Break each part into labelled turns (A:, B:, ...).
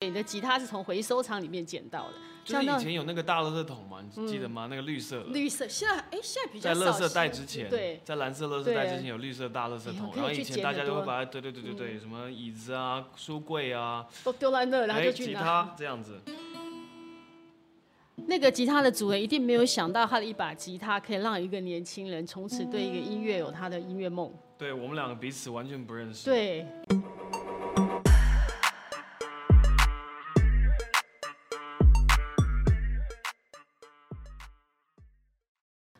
A: 你的吉他是从回收厂里面捡到的，
B: 就是
A: 像那
B: 以
A: 种
B: 前有那个大垃圾桶嘛，你记得吗？那个绿色的，
A: 绿色，现在哎现在比较
B: 在垃
A: 少
B: 圾袋
A: 见。
B: 之前，
A: 对
B: 在蓝色垃圾袋之前有绿色大垃圾
A: 哎
B: 桶
A: 我，可以
B: 然后
A: 去
B: 以
A: 捡
B: 前大家
A: 很
B: 就会
A: 多
B: 把它对对对对对，什么椅子啊、书柜啊，
A: 都丢在那，然后
B: 哎、
A: 就去
B: 吉
A: 拿。
B: 他这样子，
A: 那个吉他的主人一定没有想到，他的一把吉他可以让一个年轻人从此对一个音乐有他的音乐梦。
B: 对我们两个彼此完全不认识，，
A: 对，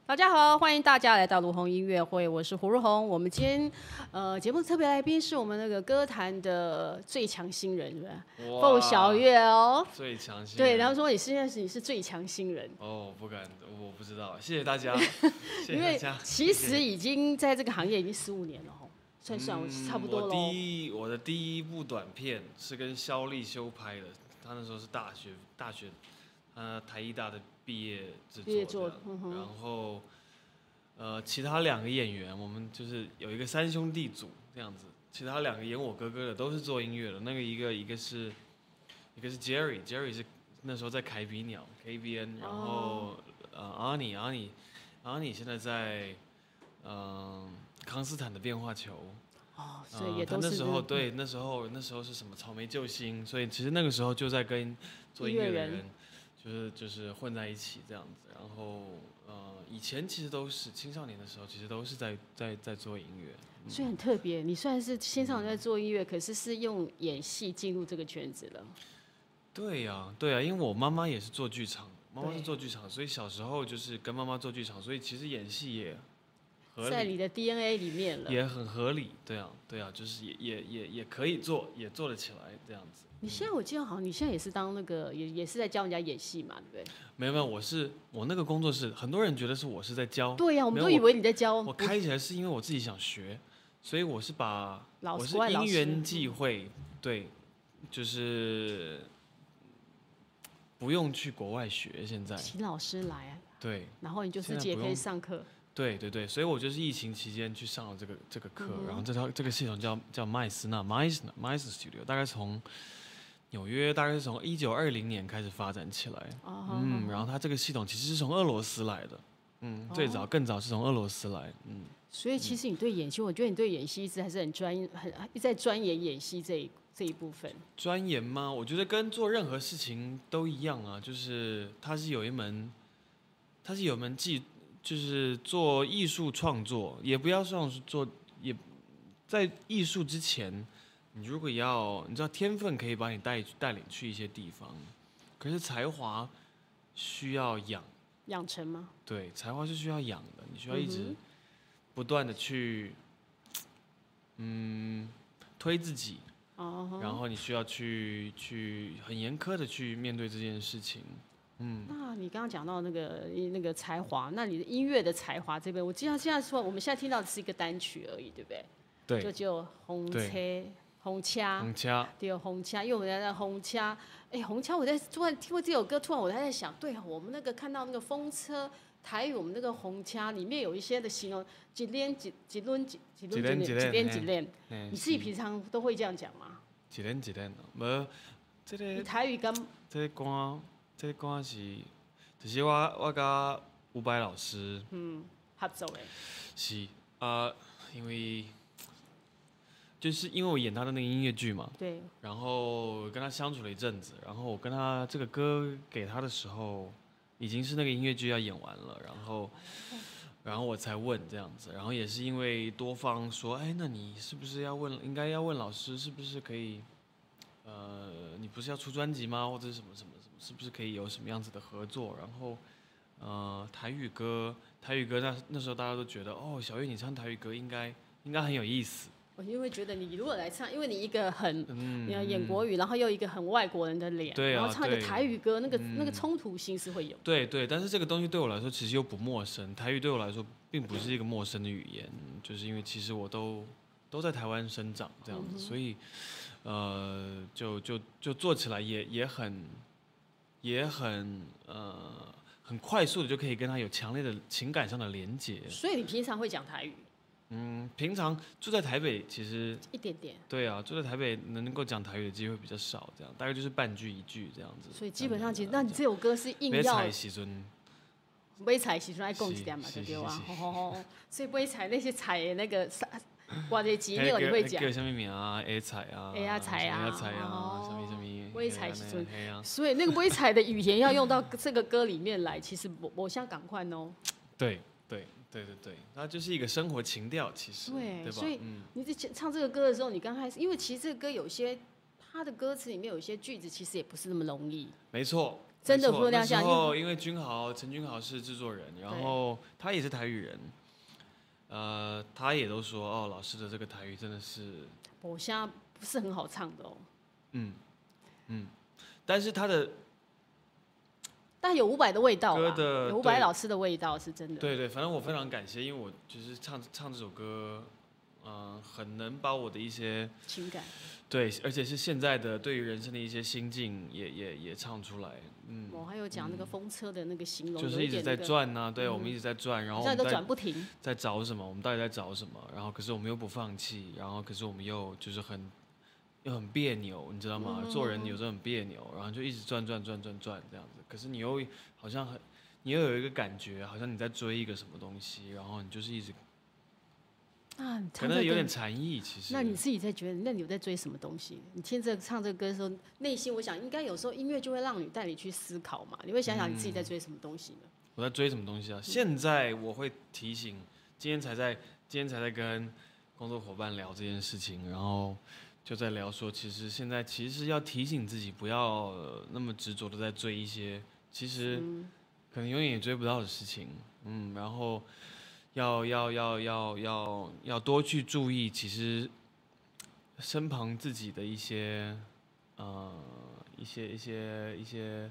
A: 大家好，欢迎大家来到卢红音乐会，我是胡如红。我们今天呃节目特别来宾是我们那个歌坛的最强新人，是吧？凤小岳哦，
B: 最强新人，
A: 对，然后说你现在是你是最强新人。
B: 哦，我不敢，我不知道，谢谢 大家，谢谢
A: 因
B: 大
A: 为
B: 家。
A: 其实已经在这个行业已经十五年了吼，算算我
B: 嗯
A: 差不多
B: 我
A: 了。
B: 第一我的第一部短片是跟肖立修拍的，他那时候是大学大学，呃，台艺大的毕业制
A: 毕业
B: 作
A: 作
B: 的。
A: 嗯哼
B: 然后，呃，其他两个演员，我们就是有一个三兄弟组这样子，其他两个演我哥哥的都是做音乐的，那个一个一个是，一个是 Jerry，Jerry 是那时候在凯比鸟 KBN，然后、
A: 哦
B: 呃阿尼阿尼阿尼现在在嗯、康斯坦的变化球。
A: 哦，所
B: 嗯，
A: 以也
B: 他
A: 都是
B: 那时候对，那时候那时候是什么草莓救星，所以其实那个时候就在跟做音乐的
A: 音乐人
B: 人，就是就是混在一起这样子。然后呃，以前其实都是青少年的时候，其实都是在在在做音乐。
A: 所以很特别。你虽然是现场在做音乐，可是是用演戏进入这个圈子了。
B: 对呀、对呀、因为我妈妈也是做剧场，妈妈是
A: 对
B: 做剧场，所以小时候就是跟妈妈做剧场，所以其实演戏也合
A: 在
B: 理，
A: 你的 DNA 里面了。
B: 也很合理。对啊，对啊，就是也也也也可以做，也做得起来这样子。
A: 你现在我记得好像你现在也是当那个也也是在教人家演戏嘛，对不对？
B: 没有没有，我是我那个工作室，很多人觉得是我是在教，
A: 对哦呀、我
B: 哦没
A: 们
B: 有
A: 都以为你在教
B: 我开起来是因为我自己想学，所以我是把
A: 老
B: 我
A: 师
B: 是
A: 怪老
B: 因
A: 师
B: 缘际会，对，就是不用去国外学，现在
A: 请老师来，啊
B: 对
A: 然后你就自己也
B: 现在不
A: 可以
B: 用
A: 上课。
B: 对对对，所以我就是疫情期间去上了这个这个课，
A: 嗯
B: 然后这套这个系统叫叫麦斯纳 Meisner Meisner Studio，大概从纽约大概是从一九二零年开始发展起来，
A: 哦，
B: 嗯，然后它这个系统其实是从俄罗斯来的，嗯，最早更早是从俄罗斯来，嗯。
A: 所以其实你对演戏，我觉得你对演戏一直还是很专，很一直在钻研演戏这一这一部分。
B: 钻研吗？我觉得跟做任何事情都一样啊，就是它是有一门，它是有一门技，就是做艺术创作，也不要算是做，也在艺术之前，你如果要，你知道天分可以把你带带领去一些地方，可是才华需要养，
A: 养成吗？
B: 对，才华是需要养的，你需要一
A: 嗯
B: 直不断的去，嗯，推自己，
A: 哦、
B: 然后你需要去去很严苛的去面对这件事情。嗯
A: 那你刚刚讲到那个那个才华，那你的音乐的才华这边，我记得现在说我们现在听到的是一个单曲而已，对不对？就
B: 对，
A: 只有红车、红掐，
B: 很掐，
A: 对，红掐，因为我们在那红掐，哎，红掐，我在突然听过这首歌，突然我还在想，对我们那个看到那个风车。台语我们那个红掐里面有一些的形容，几连几几轮几几轮
B: 一连
A: 几
B: 一连
A: 连
B: 嘿
A: 几连，
B: 嗯
A: 你，自己平常都会这样讲吗？
B: 几连几连，哦无，这
A: 你
B: 个
A: 台语跟
B: 这个歌，这个歌是，就是我我甲伍佰老师
A: 合作的，
B: 是啊、因为就是因为我演他的那个音乐剧嘛，
A: 对，
B: 然后跟他相处了一阵子，然后我跟他这个歌给他的时候，已经是那个音乐剧要演完了，然后，然后我才问这样子，然后也是因为多方说，哎，那你是不是要问，应该要问老师是不是可以，呃，你不是要出专辑吗，或者是什么什么什么，是不是可以有什么样子的合作？然后，呃，台语歌，台语歌那那时候大家都觉得，哦，小月你唱台语歌应该应该很有意思，
A: 我因为觉得你如果来唱，因为你一个很你要演国语，然后又一个很外国人的脸，
B: 嗯对啊
A: 然后唱一个
B: 对嗯
A: 台语歌，那个、那个冲突性是会有。
B: 对对，但是这个东西对我来说其实又不陌生，台语对我来说并不是一个陌生的语言，就是因为其实我都都在台湾生长这样子，
A: 嗯
B: 所以呃，就就就做起来也也很也很呃很快速的就可以跟他有强烈的情感上的连接。
A: 所以你平常会讲台语，
B: 嗯，平常住在台北，其实
A: 一点点，
B: 对啊，住在台北能够讲台语的机会比较少，这样大概就是半句一句这样子。
A: 所以基本上其实，那
B: 样
A: 你这首歌是硬
B: 没
A: 要
B: 踩时阵，
A: 买菜时阵爱讲一点嘛，
B: 是
A: 就对啊
B: 是，
A: 吼吼吼。所以买菜那些菜的那个啥，我的钱那
B: 那
A: 个你会讲
B: 个。什么名啊？A 彩啊
A: A 啊彩啊
B: 什么 A 彩啊，
A: 哦
B: 什么什么
A: 我也踩时阵
B: 嘿啊，
A: 所以那个买菜的语言要用到这个歌里面来，其实我我想赶快哦。
B: 对对对对对，它就是一个生活情调，其实
A: 对
B: 对吧
A: 所以？
B: 嗯，
A: 你在唱这个歌的时候，你刚开始，因为其实这个歌有些它的歌词里面有一些句子，其实也不是那么容易。
B: 没错。
A: 真的
B: 没错
A: 不能这样
B: 那
A: 想
B: 时候因为君豪陈君豪是制作人，然后他也是台语人，呃，他也都说哦，老师的这个台语真的是
A: 我现在不是很好唱的哦，
B: 嗯，嗯，但是他的
A: 但有伍佰的味道
B: 歌
A: 啦，
B: 的
A: 有伍
B: 对
A: 佰老师的味道是真的。
B: 对对，反正我非常感谢，因为我就是唱唱这首歌，嗯、很能把我的一些
A: 情感，
B: 对，而且是现在的对于人生的一些心境也也也唱出来，嗯，
A: 哦我还有讲那个风车的那个形容，
B: 就
A: 嗯
B: 是
A: 有
B: 一
A: 一
B: 直
A: 点
B: 在
A: 那个，嗯
B: 转呐、对、我们一直在转，然后
A: 好
B: 我
A: 像都
B: 们在
A: 转不停。
B: 在找什么，我们到底在找什么，然后可是我们又不放弃，然后可是我们又就是很。又很别扭，你知道吗？做
A: 嗯
B: 人有时候很别扭，然后就一直转转转转转这样子。可是你又好像很，你又有一个感觉，好像你在追一个什么东西，然后你就是一直
A: 啊，你
B: 可
A: 唱这
B: 能
A: 个
B: 有
A: 歌
B: 点禅意，其实。
A: 那你自己在觉得，那你有在追什么东西？你听这唱这个歌的时候，内心我想应该有时候音乐就会让你带你去思考嘛，你会想想你自
B: 嗯
A: 己在追什么东西呢？
B: 我在追什么东西啊？现在我会提醒，今天才在今天才在跟工作伙伴聊这件事情，然后就在聊说，其实现在其实要提醒自己，不要呃那么执着的在追一些其实可能永远也追不到的事情，嗯，然后要要要要要要多去注意，其实身旁自己的一些呃一些一些一些，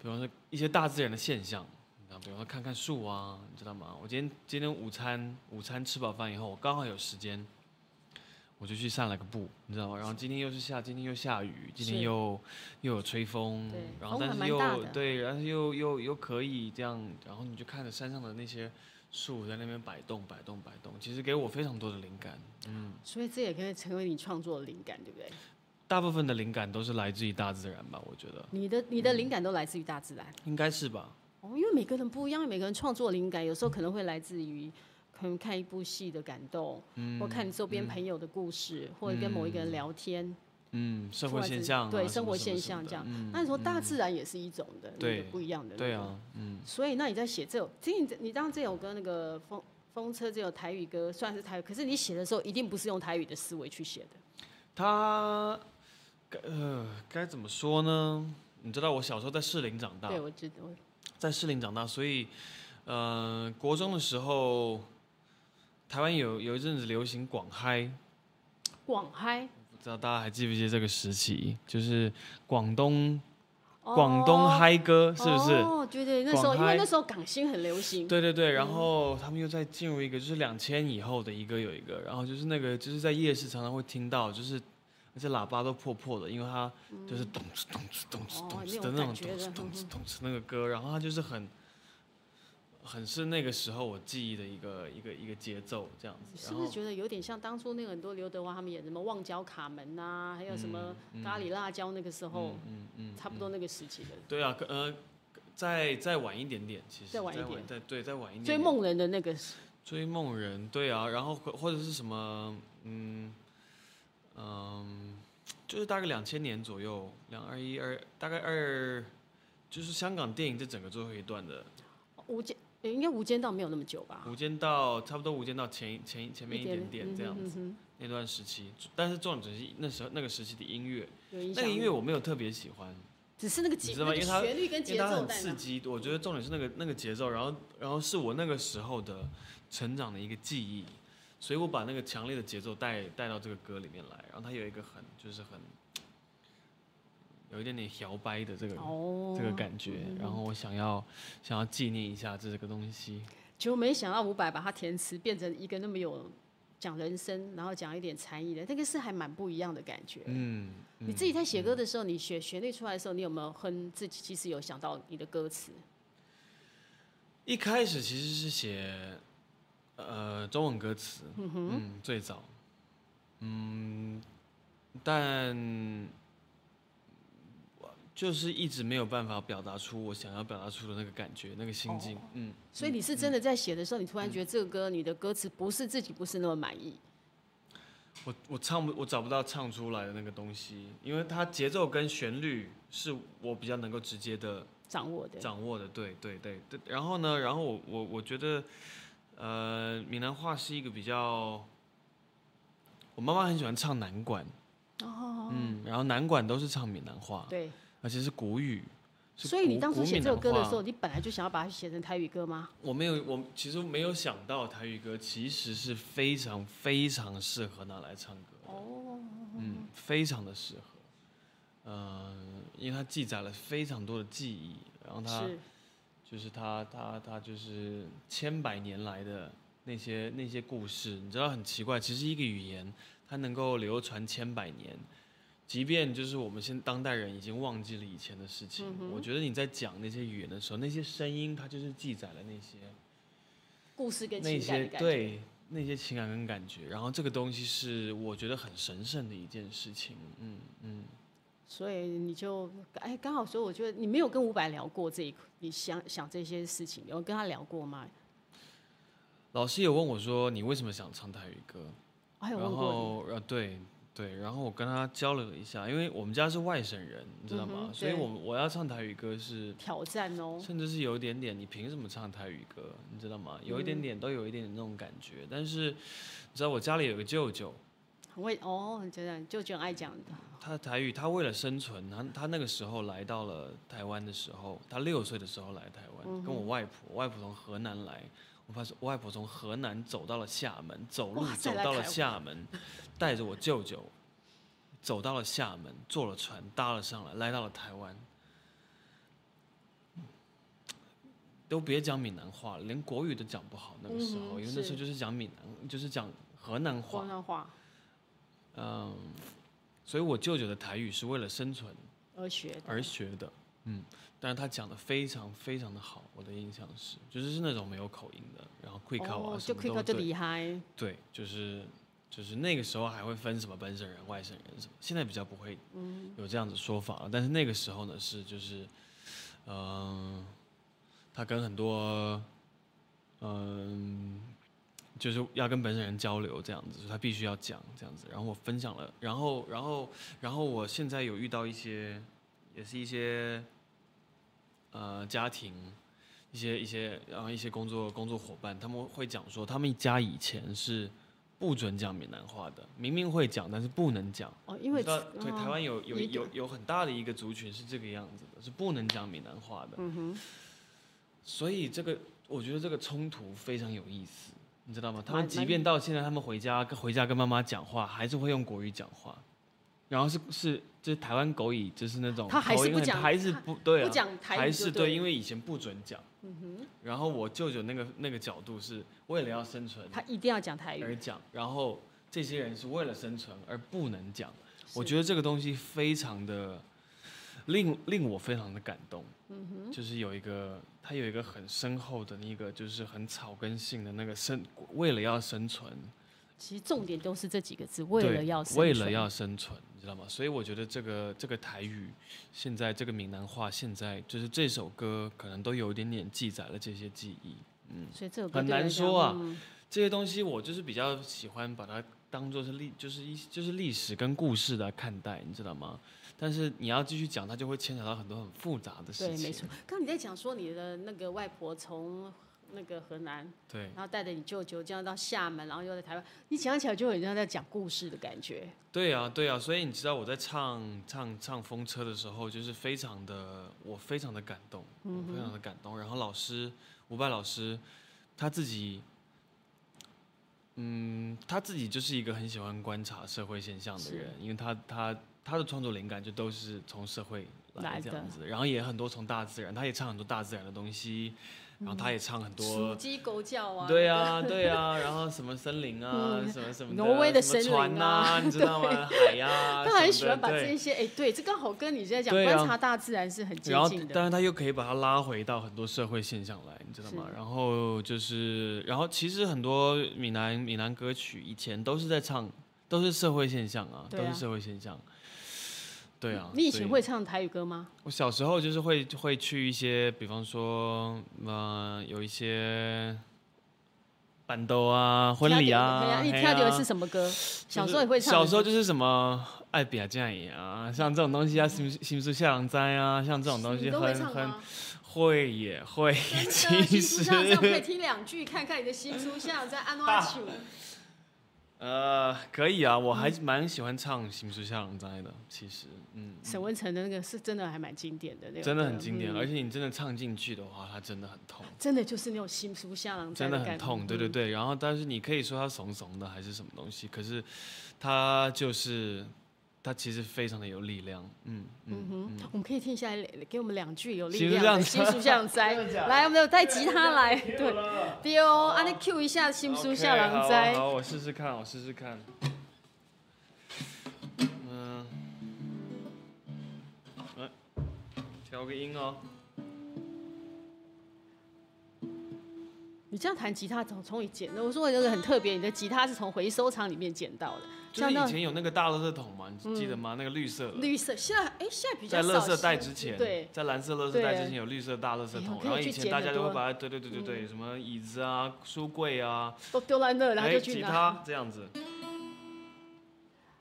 B: 比方说一些大自然的现象。你知道，比方说看看树啊，你知道吗？我今天今天午餐午餐吃饱饭以后，我刚好有时间，我就去散了个步，你知道吗？然后今天又是下，今天又下雨，今天
A: 是
B: 又又有吹风
A: 对，
B: 然后
A: 风
B: 但
A: 还
B: 是
A: 蛮
B: 又
A: 大的
B: 对，但是又又又可以这样，然后你就看着山上的那些树在那边摆动摆动摆动，其实给我非常多的灵感。嗯，
A: 所以这也可以成为你创作的灵感，对不对？
B: 大部分的灵感都是来自于大自然吧，我觉得
A: 你的你
B: 嗯
A: 的灵感都来自于大自然、
B: 应该是吧。
A: 哦，因为每个人不一样，每个人创作灵感有时候可能会来自于。可能看一部戏的感动，
B: 嗯
A: 或看你周边朋友的故事，或者跟某一个人聊天，
B: 嗯，社
A: 出
B: 会
A: 来
B: 现
A: 自
B: 象啊、
A: 对
B: 什
A: 生
B: 么
A: 活
B: 什么
A: 现
B: 什么
A: 象
B: 的
A: 这样。
B: 嗯
A: 那你说大自然也是一种的，你的
B: 对
A: 不一样的。
B: 对啊，嗯，
A: 所以，那你在写这首，听你你当这首歌那个风风车这首台语歌算是台语，可是你写的时候一定不是用台语的思维去写的。
B: 他该呃该怎么说呢？你知道我小时候在士林长大，
A: 对，我知道，我
B: 在士林长大，所以，呃，国中的时候，台湾有有一阵子流行广嗨，
A: 广嗨，
B: 不知道大家还记不记得这个时期？就是广东
A: 哦
B: 广东嗨歌，是不是？
A: 哦，嗯对对，那时候
B: 广
A: 因
B: 嗨
A: 为那时候港星很流行，
B: 对对对，然后他们又在进入一个就是两千以后的一个有一个，然后就是那个就是在夜市常常会听到，就是而且喇叭都破破的，因为它就是咚哧咚哧咚哧
A: 哦
B: 咚，哧
A: 那
B: 的
A: 种
B: 那
A: 感
B: 种咚
A: 觉
B: 哧
A: 的，
B: 咚哧咚哧那个歌，然后它就是很很是那个时候我记忆的一个一个一个节奏这样
A: 你
B: 子，
A: 是
B: 然
A: 不
B: 后
A: 是觉得有点像当初那个很多刘德华他们演什么《旺角卡门》呐，还有什么咖喱辣椒那个时候，
B: 嗯嗯，
A: 差不多那个时期的。
B: 对啊，可呃再再晚一点点，其实
A: 再晚一点
B: 再对再晚一点
A: 追
B: 点
A: 梦人的那个时
B: 追梦人，对啊，然后或或者是什么，嗯嗯，就是大概两千年左右，两二一二，大概二，就是香港电影这整个最后一段的
A: 无间，诶应该无间道没有那么久吧？
B: 《无间道》，差不多《无间道前》前前面一点点这样
A: 嗯哼
B: 子、
A: 哼
B: 那段时期，但是重点是那时候那个时期的音乐，
A: 哼有印象
B: 那个
A: 吗。
B: 音乐我没有特别喜欢，
A: 只是那个
B: 你
A: 节
B: 知道
A: 那
B: 吗
A: 个
B: 因为它
A: 旋律跟
B: 因为
A: 节
B: 它
A: 奏
B: 很
A: 在
B: 刺
A: 哪？
B: 激，我觉得重点是那个那个节奏，然后然后是我那个时候的成长的一个记忆，所以我把那个强烈的节奏带带到这个歌里面来，然后它有一个很就是很有一点点摇摆的这个、
A: 哦
B: 这个感觉，然后我想要想要纪念一下这个东西，
A: 结果没想到伍佰把他填词变成一个那么有讲人生，然后讲一点禅意的，那个是还蛮不一样的感觉。
B: 嗯，
A: 你自己在写歌的时候，你写旋律出来的时候，你有没有哼自己？其实有想到你的歌词，
B: 一开始其实是写呃，中文歌词，嗯最早，嗯，但我就是一直没有办法表达出我想要表达出的那个感觉，那个心境，嗯，
A: 所以你是真的在写的时候，你突然觉得这个歌你的歌词不是自己不是那么满意，
B: 我我唱不，我找不到唱出来的那个东西，因为它节奏跟旋律是我比较能够直接的
A: 掌握的。
B: 掌握的，对对对对。然后呢，然后我我我觉得，呃，闽南话是一个比较，我妈妈很喜欢唱南管，
A: 哦，
B: 嗯，然后南管都是唱闽南话，
A: 对。
B: 而且是古语。啊是
A: 所以你
B: 古
A: 当初写这首歌的时，
B: 古闽南
A: 候，
B: 话
A: 你本来就想要把它写成台语歌吗？
B: 我没有，我其实没有想到台语歌其实是非常非常适合拿来唱歌的，
A: 哦，
B: 嗯，非常的适合。嗯，因为它记载了非常多的记忆，然后它
A: 是
B: 就是他他他就是千百年来的那些那些故事，你知道很奇怪，其实一个语言它能够流传千百年，即便就是我们现当代人已经忘记了以前的事
A: 嗯
B: 情，我觉得你在讲那些语言的时候，那些声音它就是记载了那些
A: 故事跟
B: 那
A: 情感
B: 些
A: 的感觉。
B: 对那些情感跟感觉，然后这个东西是我觉得很神圣的一件事情，嗯嗯，
A: 所以你就哎，刚好，所以我觉得你没有跟伍佰聊过这一，你想想这些事情，有跟他聊过吗？
B: 老师也问我说你为什么想唱台语歌，
A: 还有
B: 然
A: 问哎过你
B: 后呃对对，然后我跟他交流了一下，因为我们家是外省人，你知道吗？
A: 嗯哼
B: 所以
A: 对
B: 我我要唱台语歌是，
A: 挑战哦，
B: 甚至是有一点点，你凭什么唱台语歌？你知道吗？有一
A: 嗯
B: 点点都有一点点那种感觉，但是你知道我家里有个舅舅，
A: 很会哦，你真的就就很爱讲的，
B: 他台语，他为了生存，他他那个时候来到了台湾的时候，他六岁的时候来台湾，
A: 嗯
B: 跟我外婆，我外婆从河南来，我发现我外婆从河南走到了厦门，走路
A: 哇
B: 走
A: 再来
B: 到
A: 台
B: 了
A: 湾
B: 厦门，带着我舅舅走到了厦门，坐了船搭了上来，来到了台湾。都别讲闽南话了，连国语都讲不好。那个时
A: 嗯
B: 候，
A: 哼
B: 因为那时候
A: 是
B: 就是讲闽南，就是讲河南话
A: 河。南话
B: 嗯，所以我舅舅的台语是为了生存
A: 而学的。
B: 而学的，嗯，但是他讲的非常非常的好，我的印象是，就是是那种没有口音的，然后 quick 啊、
A: 哦，
B: 什
A: 就
B: 么
A: quick
B: 都
A: out 就
B: 对，
A: 厉害，
B: 对，就是就是那个时候还会分什么本省人、外省人什么，现在比较不会有这样子说法了，但是那个时候呢是就是，嗯、他跟很多，嗯、就是要跟本省人交流这样子，所以他必须要讲这样子。然后我分享了，然后然后然后我现在有遇到一些，也是一些，呃，家庭，一些一些然后一些工作工作伙伴，他们会讲说，他们家以前是不准讲闽南话的，明明会讲，但是不能讲。
A: 哦，因为
B: 你知道对台湾有有
A: 你
B: 有有很大的一个族群是这个样子的，是不能讲闽南话的。嗯哼。所以这个我觉得这个冲突非常有意思，你知道吗？他们
A: 蛮
B: 即便到现在，他们回家回家跟妈妈讲话，还是会用国语讲话，然后是是就是台湾狗语，就是那种
A: 他还是
B: 口音
A: 不
B: 很
A: 讲
B: 还是不对、啊，
A: 不讲台语
B: 还
A: 就是对
B: 对，
A: 了
B: 因为以前不准讲。嗯哼。然后我舅舅那个那个角度是为了要生存，
A: 他一定要讲台语，
B: 而讲，然后这些人是为了生存而不能讲。我
A: 是
B: 觉得这个东西非常的令令我非常的感动。
A: 嗯
B: 就是有一个它有一个很深厚的那个，就是很草根性的那个生，为了要生存，
A: 其实重点都是这几个字，为
B: 对
A: 了要生
B: 为
A: 存
B: 了要生存，你知道吗？所以我觉得这个这个台语现在这个闽南话现在就是这首歌可能都有一点点记载了这些记忆。
A: 所以这首歌
B: 很
A: 对我
B: 难
A: 来讲
B: 说啊
A: 嗯
B: 这些东西我就是比较喜欢把它当做是历，就是一就是历史跟故事来看待，你知道吗？但是你要继续讲，它就会牵扯到很多很复杂的事
A: 对，
B: 情。
A: 没错。。刚刚你在讲说你的那个外婆从那个河南，
B: 对
A: 然后带着你舅舅这样到厦门，然后又在台湾，你讲起来就很像在讲故事的感觉。
B: 对啊，对啊，所以你知道我在唱唱唱《风车》的时候，就是非常的，我非常的感动，我非常的感动。然后老师伍佰老师他自己，嗯，他自己就是一个很喜欢观察社会现象的
A: 是
B: 人，因为他他他的创作灵感就都是从社会
C: 来
B: 来这
C: 的
B: 样子，然后也很多从大自然，他也唱很多大自然的东西，然后他也唱很
A: 属
B: 多。
A: 鸡狗叫啊，嗯
B: 对啊， 对啊，然后什么森林啊，什么什么
C: 挪威的
B: 什么
C: 森
B: 船
C: 林
B: 呐、
C: 啊
B: 你知道吗？海呀、
A: 他很
B: 啊什么
A: 喜
B: 的
A: 欢把
B: 对
A: 这些，哎，对，这刚好跟你现在讲
B: 对啊
A: 观察大自然是很接
B: 然后
A: 近，
B: 当
A: 的。
B: 然他又可以把它拉回到很多社会现象来，你知道吗？
A: 是
B: 然后就是，然后其实很多闽南闽南歌曲以前都是在唱，都是社会现象啊，
A: 对啊
B: 都是社会现象。对啊，
A: 你以
B: 所
A: 前会？唱台语歌吗？
B: 我小时候就是会会去一些，比方说，嗯、有一些板豆啊、婚礼啊，
A: 对啊，你
B: 嘿
A: 跳的
B: 啊
A: 是什么歌？小时候
B: 就是
A: 也会唱。
B: 小时候就是什么爱比亚酱也啊，像这种东西啊，新新书下郎斋啊，像这种东
A: 你
B: 西
A: 都会
B: 很
A: 唱
B: 很
A: 吗？啊
B: 会也会，
A: 真的，啊
B: 其
A: 新书上这样可以
B: 实
A: 听两句，看看你的新书像在安拉曲。
B: 呃可以啊，我还
A: 嗯
B: 蛮喜欢唱《行书下郎斋》的，其实嗯，
A: 沈文成的那个是真的还蛮经典的，那个
B: 真的很经典，
A: 嗯
B: 而且你真的唱进去的话，它真的很痛，
A: 真的就是那种新书下郎
B: 真
A: 的
B: 的很
A: 感觉嗯
B: 痛，对对。对。然后但是你可以说它怂怂的还是什么东西，可是它就是它其实非常的有力量，嗯嗯
A: 嗯，我们可以听下来，给我们两句有力
B: 新书
A: 量的
B: 下
A: 新书下郎斋。来，我们有带吉他 来，嗯对，对哦，啊，那 Q 一下新书下郎斋
B: OK，好啊，好啊我试试看，我试试看。嗯，来调个音哦。
A: 你这样弹吉他从从你捡的，我说那个很特别，你的吉他是从回收厂里面捡到的，
B: 就是
A: 像那
B: 以
A: 种
B: 前有那个大垃圾桶嘛，你记得吗？那个绿色的，
A: 绿色，现在哎现在比较
B: 在垃
A: 少
B: 圾袋
A: 见。
B: 之前，
A: 对
B: 在蓝色垃圾袋之前有绿色大垃圾
A: 哎我
B: 桶
A: 可，以
B: 然后
A: 去
B: 以
A: 捡
B: 前大
A: 很
B: 家就会
A: 多
B: 把它，对对对对对，什么椅子啊、书柜啊，
A: 都丢在那，然后
B: 哎，
A: 就去
B: 吉
A: 拿。
B: 他这样子，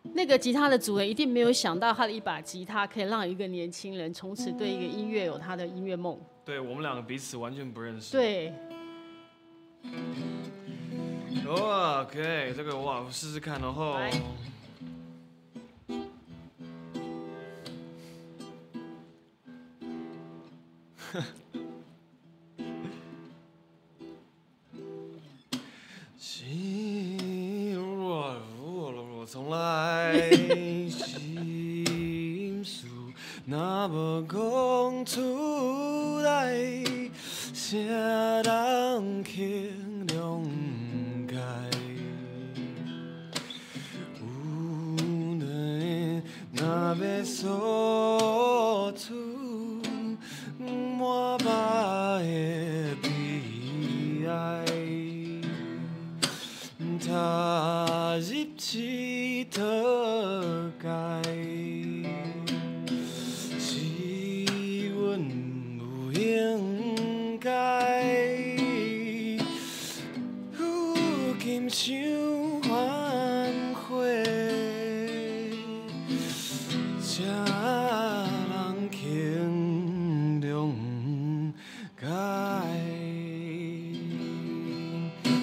A: 那个吉他的主人一定没有想到，他的一把吉他可以让一个年轻人从此对一个音乐有他的音乐梦。
B: 对我们两个彼此完全不认识。
A: 对，
B: OK，这个哇，我试试看，然哦后
A: 来
B: 心若若若从来心事若无讲出来，啥人肯谅解？有的若要说出满目的悲哀，踏入这土界。是阮无应该，如今想反悔，谁人肯谅解？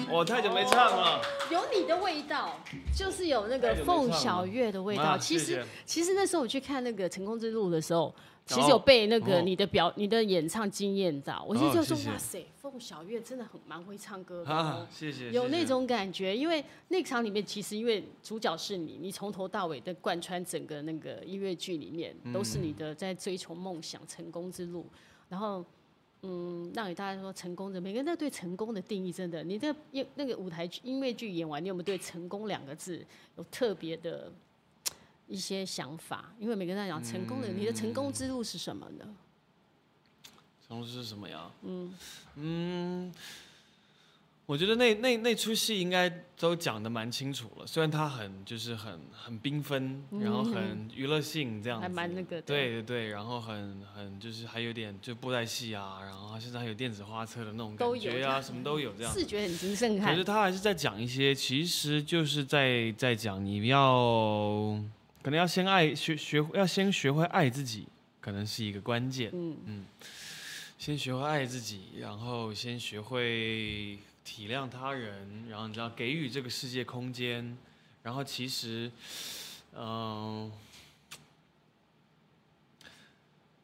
B: 我哦太久没唱了，
A: 有你的味道，就是有
B: 哎
A: 那个凤小岳的味道。
B: 啊
A: 其
B: 谢
A: 实
B: 谢，
A: 其实那时候我去看那个《成功之路》的时候，其实有被那个
B: 哦
A: 你的表、你的演唱惊艳到。我就
B: 哦
A: 觉得说，
B: 谢谢
A: 哇塞，凤小岳真的很蛮会唱歌的、
B: 啊
A: 哦，，
B: 谢谢，
A: 有
B: 谢
A: 那
B: 谢
A: 种感觉。因为那场里面，其实因为主角是你，你从头到尾的贯穿整个那个音乐剧里面，都是
B: 嗯
A: 你的在追求梦想、成功之路，然后。嗯，让给大家说成功的，每个人都对成功的定义真的，你的音那个舞台剧音乐剧演完，你有没有对“成功”两个字有特别的嘖一些想法？因为每个人在讲成功的，你的成
B: 嗯
A: 功之路是什么呢？
B: 成龙是什么呀？嗯嗯，我觉得那那那出戏应该都讲的蛮清楚了，虽然它很就是很很缤纷，然后很娱乐性这样
A: 嗯
B: 子，
A: 还蛮那个的
B: 对对对，然后很很就是还有点就布袋戏啊，然后甚至还有电子花车的那种
A: 都
B: 感
A: 有
B: 觉啊，什么都有这样子。
A: 视觉很精深
B: 可
A: 看
B: 是，他还是在讲一些，其实就是在在讲你要可能要先爱学学要先学会爱自己，可能是一个关键。
A: 嗯
B: 先学会爱自己，然后先学会体谅他人，然后你知道给予这个世界空间，然后其实，嗯、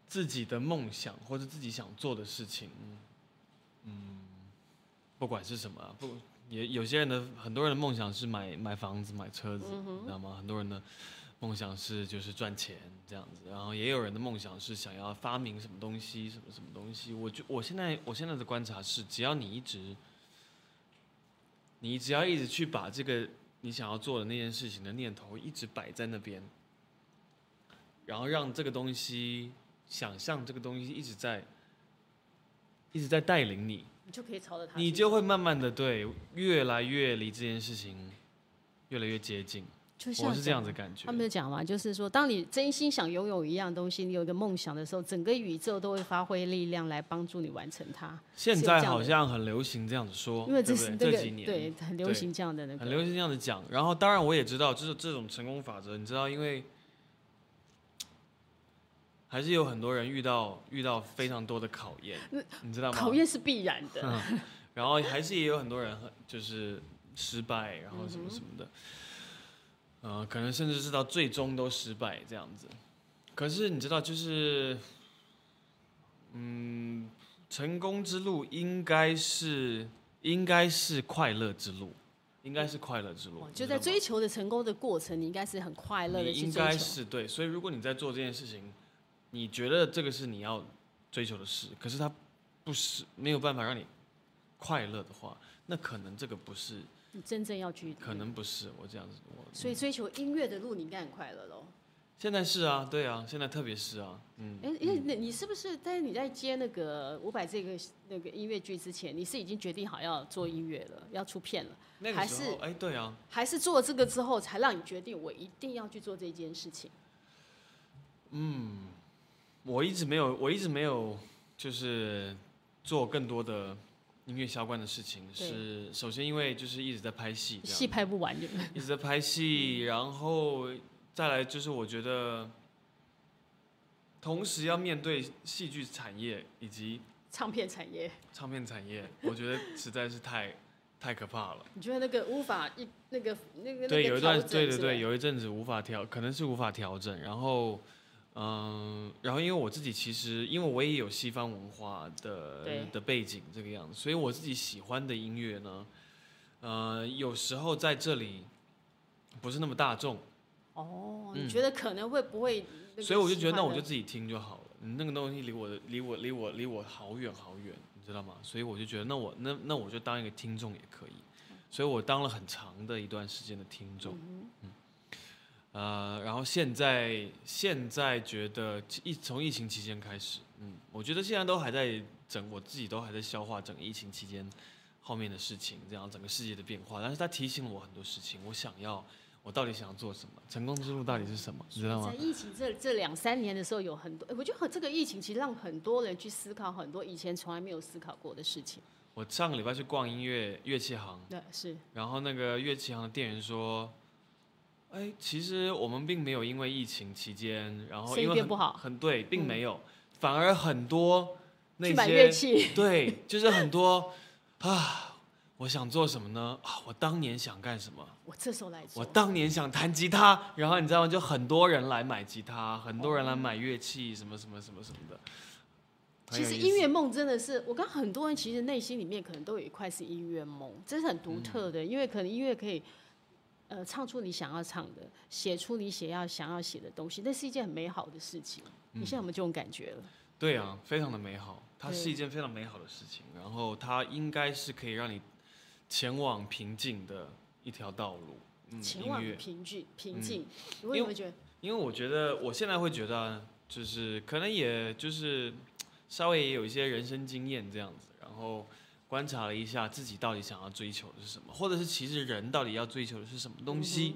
B: 自己的梦想或者自己想做的事情，嗯，不管是什么啊，不也有些人的很多人的梦想是买买房子、买车子，你知道吗？很多人的梦想是就是赚钱这样子，然后也有人的梦想是想要发明什么东西，什么什么东西。我就我现在我现在的观察是，只要你一直，你只要一直去把这个你想要做的那件事情的念头一直摆在那边，然后让这个东西，想象这个东西一直在，一直在带领你，
A: 你就可以朝着它去。
B: 你就会慢慢的对越来越离这件事情越来越接近。
A: 就像
B: 我是这样子感觉
A: 他。们就讲嘛，就是说，当你真心想拥有一样东西，你有一个梦想的时候，整个宇宙都会发挥力量来帮助你完成它。
B: 现
A: 是有
B: 在
A: 这样
B: 好
A: 的
B: 像很流行这样子说，
A: 因为
B: 对不
A: 是
B: 对
A: 那个
B: 这几年
A: 对很流
B: 对
A: 行这样的那
B: 很
A: 个，
B: 流行这样子讲。然后当然我也知道，就是这种成功法则，你知道，因为还是有很多人遇到遇到非常多的考验，你知道吗？
A: 考验是必然 的。
B: 然后还是也有很多人很就是失败，然后什
A: 嗯
B: 么什么的，呃，可能甚至是到最终都失败这样子。可是你知道，就是，嗯，成功之路应该是应该是快乐之路，应该是快乐之路。
A: 我
B: 你
A: 哦就
B: 知
A: 在
B: 道吗
A: 追求的成功的过程，你应该是很快乐的
B: 你
A: 去
B: 应
A: 追
B: 该
A: 求。
B: 是对，所以如果你在做这件事情，你觉得这个是你要追求的事，可是它不是没有办法让你快乐的话，那可能这个不是，
A: 你真正要去，
B: 可能不是我这样子。我
A: 所以追求音乐的路，你应该很快乐喽。
B: 现在是啊，对啊，现在特别是啊，嗯，
A: 哎、因为你你是不是在你在接那个伍佰这个那个音乐剧之前，你是已经决定好要做音乐了，要出片了，
B: 那个
A: 还
B: 时候
A: 是
B: 哎，对啊，
A: 还是做了这个之后才让你决定我一定要去做这件事情？
B: 我一直没有，我一直没有，就是做更多的音乐相关的事情。
A: 对
B: 是首先因为就是一直在拍戏，这样
A: 戏拍不完就
B: 一直在拍戏，然后再来就是我觉得，同时要面对戏剧产业以及
A: 唱片产业，
B: 唱片产业，我觉得实在是太太可怕了。
A: 你觉得那个无法一那个那个
B: 对，
A: 那
B: 有
A: 个
B: 一
A: 调
B: 段
A: 整
B: 对对
A: 之
B: 对，
A: 类
B: 有一阵子无法调，可能是无法调整。然后，嗯，然后因为我自己其实因为我也有西方文化的
A: 对
B: 的背景这个样子，所以我自己喜欢的音乐呢，呃，有时候在这里不是那么大众。
A: 哦，你觉得可能会不会那个喜欢的？
B: 嗯所以我就觉得，那我就自己听就好了。嗯那个东西离我的离我离我离我好远好远，你知道吗？所以我就觉得，那我那那我就当一个听众也可以。
A: 嗯
B: 所以我当了很长的一段时间的听众，嗯，呃，然后现在现在觉得疫从疫情期间开始，嗯，我觉得现在都还在整我自己都还在消化整个疫情期间嗯后面的事情，这样整个世界的变化。但是它提醒了我很多事情，我想要我到底想要做什么，成功之路到底是什么，你知道吗
A: 在？疫情这这两三年的时候，有很多，哎我觉得这个疫情其实让很多人去思考很多以前从来没有思考过的事情。
B: 我上个礼拜去逛音乐乐器行，
A: 对，是
B: 然后那个乐器行的店员说：“哎，其实我们并没有因为疫情期间，然后
A: 生意
B: 因为
A: 变
B: 很
A: 不好嗯
B: 很对，并没有，反而很多那
A: 去
B: 些
A: 买乐器，
B: 对，就是很多啊，我想做什么呢？啊，我当年想干什么？
A: 我这时候来
B: 我
A: 做，
B: 当年想弹吉他，然后你知道吗？就很多人来买吉他，很多人来买乐器，什么什么什么什么的。很
A: 其
B: 有
A: 实
B: 意
A: 音
B: 思
A: 乐梦真的是，我刚很多人其实内心里面可能都有一块是音乐梦，这是很独特
B: 嗯
A: 的，因为可能音乐可以，呃，唱出你想要唱的，写出你写要想要写的东西，那是一件很美好的事情。
B: 嗯
A: 你现在有没有这种感觉了？
B: 对啊，非常的美好，它
A: 对
B: 是一件非常美好的事情，然后它应该是可以让你前往平静的一条道路。嗯，
A: 前
B: 音
A: 往
B: 乐，嗯
A: 平静，平静，你为
B: 因
A: 什
B: 为
A: 么觉得？
B: 因为我觉得我现在会觉得啊，就是可能也就是稍微也有一些人生经验这样子，然后观察了一下自己到底想要追求的是什么，或者是其实人到底要追求的是什么东
A: 嗯
B: 西。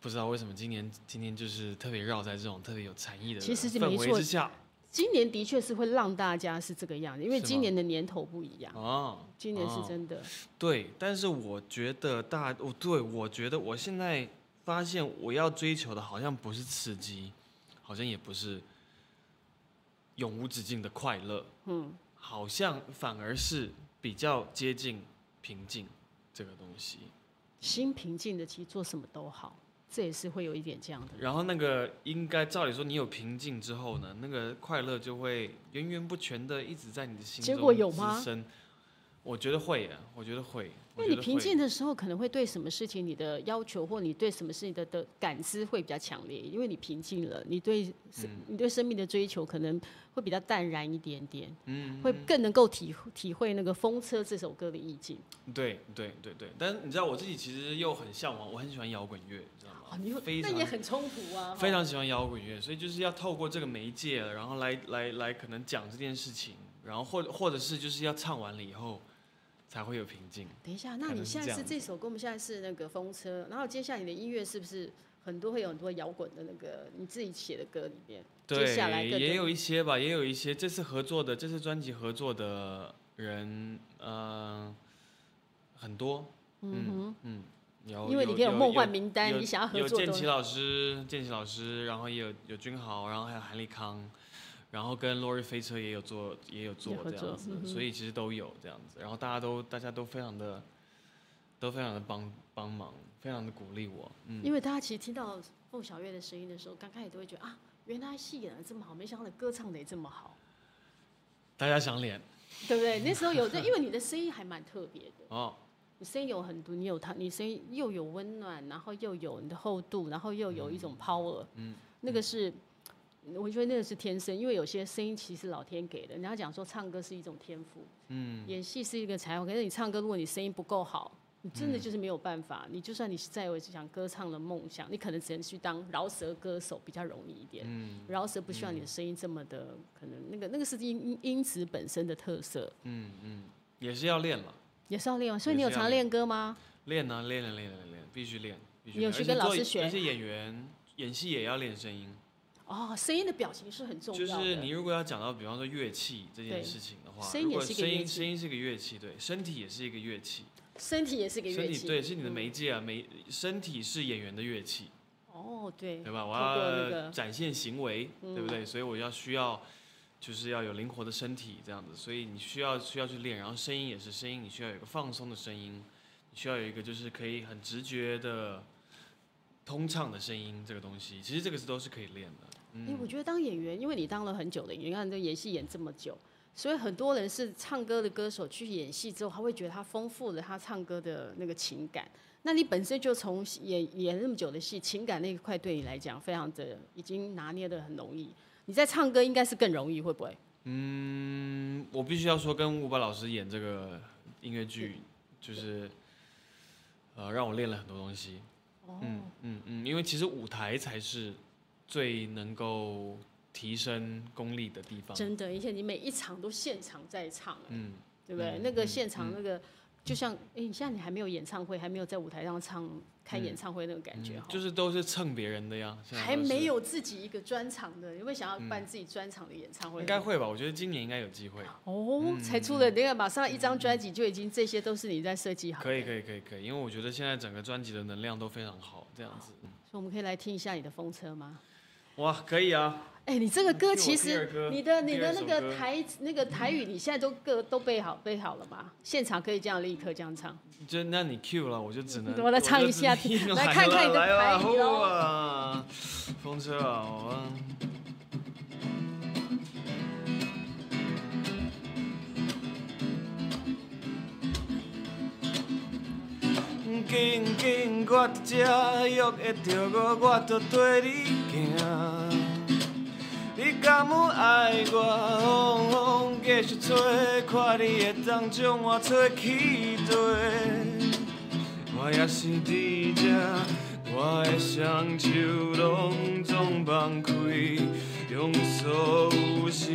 B: 不知道为什么今年今天就是特别绕在这种特别有禅意的
A: 其实是
B: 氛
A: 没
B: 围
A: 错
B: 之下
A: 今年的确是会让大家是这个样子，因为
B: 是吗
A: 今年的年头不一样，
B: 啊，
A: 今年
B: 哦
A: 是真的。
B: 对，但是我觉得大，我对我觉得我现在发现我要追求的好像不是刺激，好像也不是永无止境的快乐，嗯，好像反而是比较接近平静这个东西。
A: 心平静的，其实做什么都好，这也是会有一点这样的。
B: 然后那个应该照理说，你有平静之后呢，那个快乐就会源源不全的一直在你的心中
A: 结果有吗
B: 滋生我觉得会啊，我觉得会。我
A: 那
B: 觉
A: 你
B: 得
A: 平
B: 会
A: 静的时候，可能会对什么事情你的要求或你对什么事情的的感知会比较强烈，因为你平静了，你对、生
B: 嗯
A: 你对生命的追求可能会比较淡然一点点，
B: 嗯，
A: 会更能够体体会那个《风车》这首歌的意境。
B: 对对对对，但是你知道我自己其实又很向往，我很喜欢摇滚乐，你知道
A: 哦
B: 吗？，
A: 你又
B: 非
A: 那
B: 常
A: 也很冲突啊，
B: 非
A: 哦
B: 常喜欢摇滚乐，所以就是要透过这个媒介，然后来来来可能讲这件事情，然后或或者是就是要唱完了以后才会有平静。
A: 等一下，那
B: 可
A: 你
B: 能是
A: 现在
B: 这
A: 是
B: 样
A: 这首歌，我们现在是那个风车，然后接下来你的音乐是不是很多会有很多摇滚的那个你自己写的歌里面？接
B: 对，
A: 下来更
B: 也有一些吧，也有一些这次合作的，这次专辑合作的人，呃，很多，嗯嗯，有，
A: 因为你可以有
B: 有
A: 梦幻名单，
B: 有
A: 你想啊要合
B: 有
A: 作
B: 建
A: 的
B: 奇老师，建奇老师，然后也有有君豪，然后还有韩立康，然后跟落日飞车也有做也有做
A: 也合
B: 这样
A: 作
B: 子，
A: 嗯哼
B: 所以其实都有这样子，然后大家都大家都非常的都非常的帮帮忙，非常的鼓励我，嗯，
A: 因为大家其实听到凤小岳的声音的时候，刚开始都会觉得啊，原来戏演的这么好，没想到你歌唱的也这么好，
B: 大家赏脸
A: 对不对？那时候有，对，因为你的声音还蛮特别的，
B: 哦，
A: 你声音有很多，你有它，你声音又有温暖，然后又有你的厚度，然后又有一种 power，嗯，那个是。我觉得那个是天生，因为有些声音其实老天给的。人家讲说唱歌是一种天赋，
B: 嗯，
A: 演戏是一个才华。可是你唱歌，如果你声音不够好，你真的就是没有办
B: 嗯
A: 法。你就算你再有想歌唱的梦想，你可能只能去当饶舌歌手，比较容易一点。
B: 嗯
A: 饶舌不需要你的声音这么的，可能那个那个是音音音质本身的特色，
B: 嗯嗯，也是要练了。
A: 也是要练哦。所以你
B: 也
A: 有
B: 是要
A: 常练歌吗？
B: 练啊，练啊，练啊，练啊，必须练，必须
A: 你有
B: 练。
A: 去
B: 而且
A: 跟老
B: 做
A: 师学
B: 而且演员演戏也要练声音，
A: 哦，声音的表情是很重
B: 就
A: 要的。
B: 是你如果要讲到，比方说乐器这
A: 对
B: 件事情的话，
A: 声音
B: 如
A: 也
B: 果
A: 是一个
B: 声
A: 乐
B: 音
A: 器
B: 声音是一个乐器，对，身体也是一个乐器，
A: 身体也是一个乐
B: 身
A: 器，
B: 体对是你的
A: 嗯
B: 媒介啊，媒身体是演员的乐器，
A: 哦，对，
B: 对吧？我
A: 透过那
B: 要
A: 个嗯
B: 展现行为，对不对？所以我要需要。就是要有灵活的身体这样子，所以你需要需要去练，然后声音也是声音，你需要有一个放松的声音，你需要有一个就是可以很直觉的通畅的声音这个东西，其实这个是都是可以练的。
A: 因为我觉得当演员，因为你当了很久的演员，你看这演戏演这么久，所以很多人是唱歌的歌手去演戏之后，他会觉得他丰富了他唱歌的那个情感。那你本身就从演演那么久的戏，情感那一块对你来讲非常的已经拿捏的很容易。你在唱歌应该是更容易，会不会？
B: 嗯，我必须要说，跟伍佰老师演这个音乐剧，就是呃，让我练了很多东西。
A: 哦，
B: 嗯嗯嗯，因为其实舞台才是最能够提升功力的地方。
A: 真的，而且你每一场都现场在唱，啊
B: 嗯，
A: 对不对？
B: 嗯
A: 那个现场那个，就像哎，你现在你还没有演唱会，还没有在舞台上唱开演唱会那个感觉
B: 嗯
A: 哈。
B: 就是都是蹭别人的呀。现在
A: 还
B: 都是
A: 没，有自己一个专场的，有没有想要办自己专场的演唱会？
B: 应该会吧？我觉得今年应该有机会。
A: 哦，才出了那个马上一张专辑就已经，这些都是你在设计好的。
B: 可以
A: 以，
B: 可以可以可以，因为我觉得现在整个专辑的能量都非常好，这样子。
A: 所以我们可以来听一下你的风车吗？
B: 哇，可以啊！
A: 哎，你这个歌
B: 听我
A: 其
B: 第
A: 实
B: 二歌
A: 你的你的
B: 第
A: 那
B: 二首
A: 个
B: 歌
A: 台那个台语，你现在都各都背好背好了吗？现场可以这样立刻这样唱。
B: 就那你 Q 了，我就只能
A: 我来唱一下
B: 我就只能
A: 来看看你的
B: 来啊了
A: 牌语咯
B: 来了风车啊，我。紧紧，我伫这约会着我，我着缀你行。你敢有爱我？风风继续吹，看你会当将我吹去地。我也是伫这，我的双手拢总放开，用所有时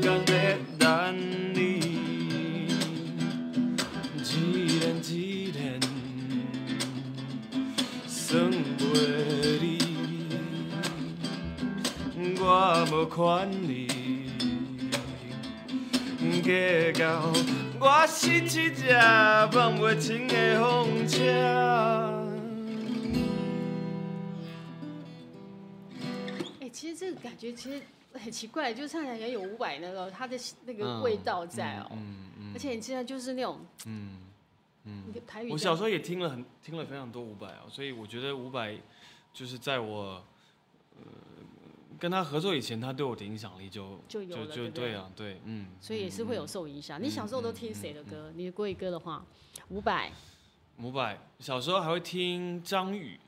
B: 间在等你。一年一年，算袂离，我无权利。计较，我是一只放袂清的风车。
A: 哎，其实这个感觉其实很奇怪，就唱起来也有伍佰那个他的那个
B: 嗯
A: 味道在哦，
B: 嗯嗯
A: 而且你现在就是那种
B: 嗯
A: 你的台语
B: 我
A: 这样
B: 小时候也听了很听哦了非常多伍佰啊，所以我觉得伍佰就是在我呃跟他合作以前，他对我的影响力就
A: 就有了
B: 就
A: 对不对
B: 对啊，对，嗯，
A: 所以也是会有受影响。你小时候都听谁的歌？你的国语歌的话，伍佰、
B: 伍佰小时候还会听张宇，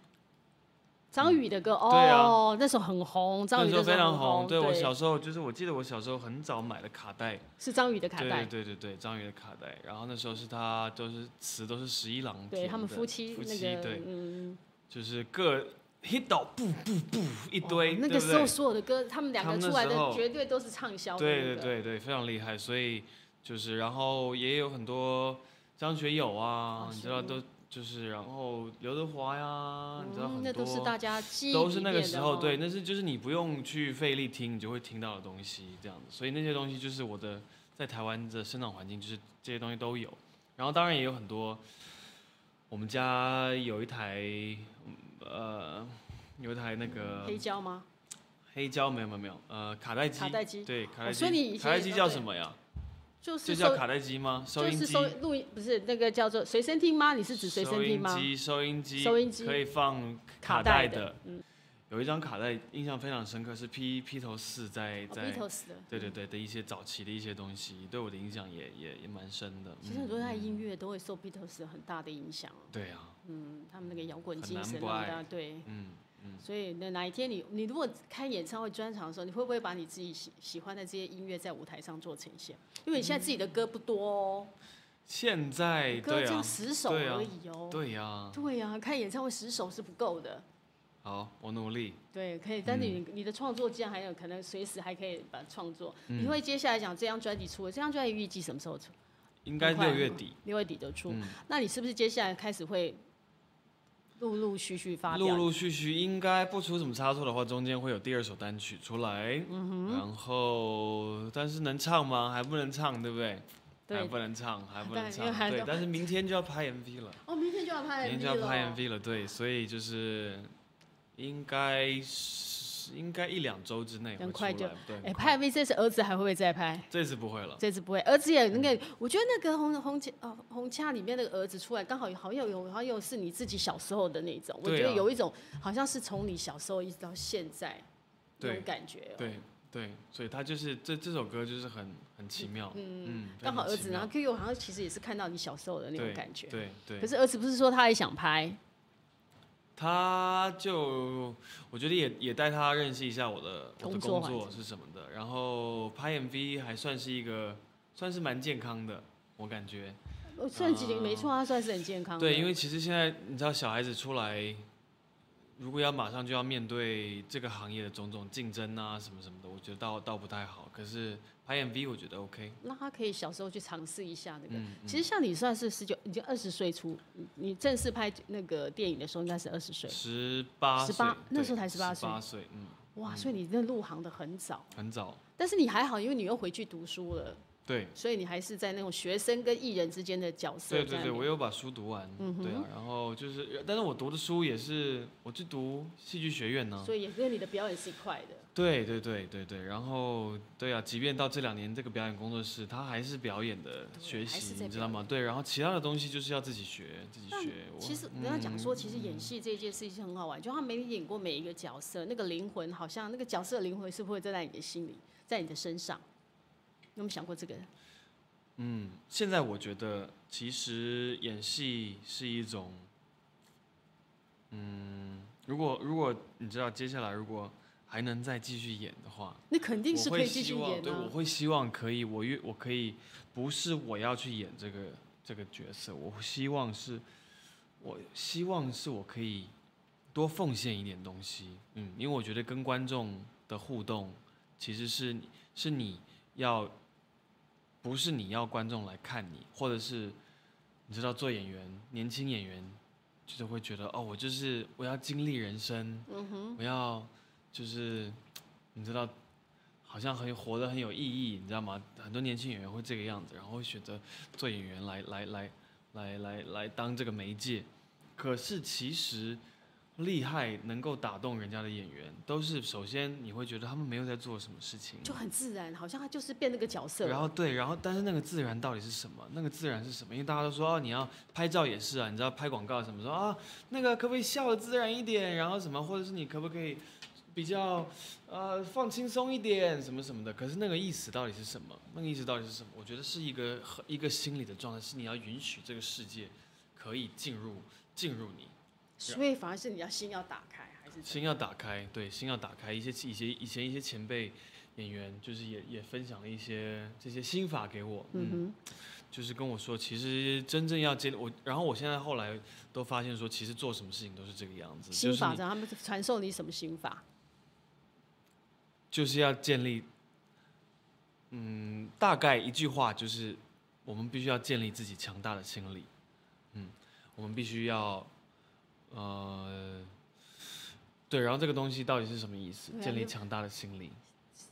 A: 张宇的歌
B: 对啊
A: 哦，那时候很红，张
B: 那
A: 宇
B: 时候
A: 那
B: 非常
A: 很红，
B: 对我小时候就是我记得我小时候很早买的卡带，
A: 是张宇的卡带，
B: 对对对对对，张宇的卡带，然后那时候是他都是词都是十一郎
A: 对
B: 填
A: 他们
B: 的
A: 夫妻
B: 夫
A: 那
B: 妻
A: 个
B: 对，
A: 嗯，
B: 就是各 hit 到不不不一
A: 哇
B: 堆，
A: 哦那
B: 对
A: 个
B: 不
A: 时候
B: 对
A: 所有的歌，他们两
B: 他
A: 个
B: 们那
A: 出来
B: 时
A: 的
B: 候
A: 绝对都是畅销的
B: 对
A: 那
B: 对
A: 个。
B: 对对，非常厉害。所以就是，然后也有很多张学友
A: 哦
B: 啊，你知
A: 是
B: 道
A: 吗
B: 都就是，然后刘德华呀、啊你知道
A: 嗯
B: 很
A: 那都是
B: 多。
A: 大家记忆
B: 都是
A: 里
B: 那个
A: 面
B: 时
A: 的
B: 候，
A: 哦
B: 对，那是就是你不用去费力听，你就会听到的东西，这样子。所以那些东西就是我的在台湾的生长环境，就是这些东西都有。然后当然也有很多，我们家有一台，嗯呃，有一台那个
A: 黑胶吗？
B: 黑胶，没有没有没有，呃，卡带机，
A: 卡带机
B: 对，卡带
A: 哦
B: 机，
A: 所以你以
B: 卡
A: 前
B: 带
A: 也
B: 机
A: 都
B: 叫
A: 对
B: 什么呀？
A: 就是
B: 就叫
A: 收，
B: 卡带机吗？收
A: 就
B: 音
A: 是
B: 机
A: 收。录音，不是那个叫做随身听吗？你是指随身
B: 收
A: 听
B: 音
A: 吗？
B: 机，收音机，
A: 收音机
B: 可以放
A: 卡
B: 带
A: 的，嗯
B: 的。有一张卡带印象非常深刻，是披披头士在
A: 哦
B: 在
A: Beatles 的，
B: 对对对的一些早期的一些东西，对我的影响也也也蛮深的。
A: 其实
B: 嗯
A: 很多人的音乐都会受 Beatles 很大的影响，
B: 对啊，
A: 嗯，他们那个摇滚
B: 很
A: 精
B: 难
A: 神
B: 不
A: 那么
B: 爱
A: 大，对。啊
B: 嗯嗯，
A: 所以那哪一天你你如果开演唱会专场的时候，你会不会把你自己喜喜欢的这些音乐在舞台上做呈现？因为你现在自己的歌不多哦，
B: 现在
A: 你歌
B: 对
A: 这样
B: 啊，
A: 十首
B: 对啊
A: 而已哦。
B: 对啊，
A: 对呀、开演唱会十首是不够的。
B: 好，我努力。
A: 对，可以，但是
B: 嗯
A: 你你的创作竟然还有可能随时还可以把创作。
B: 嗯
A: 你会接下来讲这张专辑出了，这张专辑预计什么时候出？
B: 应该
A: 很快啊
B: 六月底，，嗯
A: 六月底就出。那你是不是接下来开始会陆陆续续发表？
B: 陆陆续续应该不出什么差错的话，中间会有第二首单曲出来。
A: 嗯
B: 然后，但是能唱吗？还不能唱，对不对？还
A: 对
B: 不能唱，还不能
A: 对因为还
B: 唱。对
A: 都，
B: 但是明天就要拍 MV 了，
A: 哦，明天就要拍
B: 明天
A: MV
B: 就要
A: 了。哦
B: 拍 MV 了。对，所以就是应该是应该一两周之内会
A: 很快
B: 出来
A: 就
B: 对，
A: 哎，
B: 很
A: 拍
B: 快
A: MV 这次儿子还会不会再拍？
B: 这次不会了。
A: 这次不会，儿子也那个，我觉得那个红红掐哦红掐里面那个儿子出来，刚好好像有好像又是你自己小时候的那种，我
B: 对啊
A: 觉得有一种好像是从你小时候一直到现在那
B: 对
A: 种感觉、哦。
B: 对对，所以他就是这这首歌就是很很奇妙。嗯，非
A: 刚好
B: 常
A: 儿
B: 奇
A: 子，
B: 妙
A: 然后 QQ 好像其实也是看到你小时候的那种
B: 对
A: 感觉。
B: 对对
A: 可。是儿子不是说他也想拍，
B: 他就我觉得也也带他认识一下我的我
A: 工
B: 的
A: 作
B: 工
A: 环
B: 作是什么的，然后拍 MV 还算是一个算是蛮健康的，我感觉。
A: 我算几年没错，他算是很健康的。
B: 啊对，因为其实现在你知道小孩子出来，如果要马上就要面对这个行业的种种竞争啊什么什么的，我觉得倒倒不太好。可是拍 MV 我觉得 OK，
A: 让他可以小时候去尝试一下那个。
B: 嗯
A: 其实像你算是十九，已经二十岁出，你你正式拍那个电影的时候应该是二十岁，
B: 十八
A: 18那时候才18岁
B: 八岁，嗯，
A: 哇！所以你那入行的很早，
B: 很早。
A: 但是你还好，因为你又回去读书了，
B: 对，
A: 所以你还是在那种学生跟艺人之间的嗯角色
B: 对
A: 在
B: 对
A: 那
B: 对，
A: 里
B: 我有把书读完，对啊，然后就是，但是我读的书也是，我去读戏剧学院呢、
A: 所以也跟你的表演是一块的。
B: 对对对对对，然后对啊，即便到这两年这个表演工作室，他还是表演的
A: 对
B: 学
A: 还是
B: 习，
A: 在
B: 你知道吗？对，然后其他的东西就是要自己学，自己
A: 但
B: 学。我
A: 其实人家讲说，其实
B: 嗯
A: 演戏这件事情很好玩，就他没演过每一个角色，那个灵魂好像那个角色的灵魂是会在你的心里，在你的身上。你有没有想过这个？
B: 嗯，现在我觉得其实演戏是一种，嗯，如果如果你知道接下来如果还能再继续演的话，
A: 那肯定是
B: 我
A: 可
B: 会
A: 以继
B: 希
A: 续
B: 望，
A: 演啊
B: 对，
A: 的、
B: 我会希望可以，我越我可以，不是我要去演这个这个角色，我希望是，我希望是我可以多奉献一点东西，嗯，因为我觉得跟观众的互动其实是你是你要，不是你要观众来看你，或者是你知道做演员，年轻演员就是会觉得哦，我就是我要经历人生，
A: 嗯哼，
B: 我要就是你知道，好像很有活得很有意义，你知道吗？很多年轻演员会这个样子，然后会选择做演员来来来来来来当这个媒介。可是其实厉害能够打动人家的演员，都是首先你会觉得他们没有在做什么事情，
A: 就很自然，好像他就是变那个角色了。
B: 然后对，啊然后但是那个自然到底是什么？那个自然是什么？因为大家都说、哦、你要拍照也是啊，你知道拍广告什么说啊，那个可不可以笑的自然一点？然后什么，或者是你可不可以比较呃放轻松一点什么什么的。可是那个意思到底是什么？那个意思到底是什么？我觉得是一个很一个心理的状态，是你要允许这个世界可以进入进入你。
A: 所以反而是你要心要打开，还是怎
B: 心
A: 么
B: 要打开，对，心要打开。一些以前以前一些前辈演员，就是也也分享了一些这些心法给我，
A: 嗯
B: 嗯，
A: 哼，
B: 就是跟我说，其实真正要接我，然后我现在后来都发现说，其实做什么事情都是这个样子，就
A: 心
B: 是
A: 法
B: 你
A: 让他们传授你什么心法？
B: 就是要建立，嗯，大概一句话就是，我们必须要建立自己强大的心理，嗯，我们必须要，呃，对，然后这个东西到底是什么意思
A: 对？啊
B: 建立
A: 就
B: 强大的心理，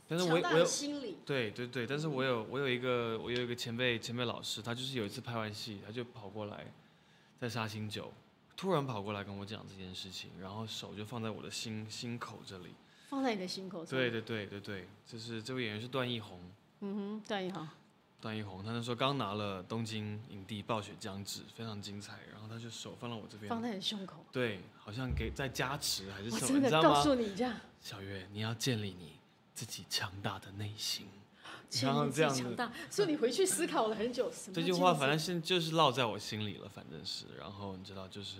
B: 但是我
A: 强大
B: 我
A: 的
B: 有
A: 心理，
B: 对对对，但是
A: 嗯
B: 我有我有一个我有一个前辈前辈老师，他就是有一次拍完戏，他就跑过来，在杀青酒，突然跑过来跟我讲这件事情，然后手就放在我的心心口这里。
A: 放在你的心口上。
B: 对，对对对对，就是这位演员是段奕宏，
A: 嗯哼，段奕宏，
B: 段奕宏，他那时候刚拿了东京影帝暴雪将至，非常精彩，然后他就手放到我这
A: 放
B: 边，
A: 在你的胸口。
B: 对，好像给在加持还是
A: 我
B: 什么，
A: 真
B: 你
A: 的
B: 知道
A: 告
B: 吗？
A: 诉你这样，
B: 小月，你要建立你自己强大的内心。
A: 建
B: 然后
A: 立自
B: 这样
A: 己强
B: 子
A: 大。所以你回去思考了很久，什么
B: 这
A: 叫
B: 句
A: 建
B: 话
A: 立
B: 反
A: 自
B: 正现就是烙在我心里了，反正是。然后你知道，就是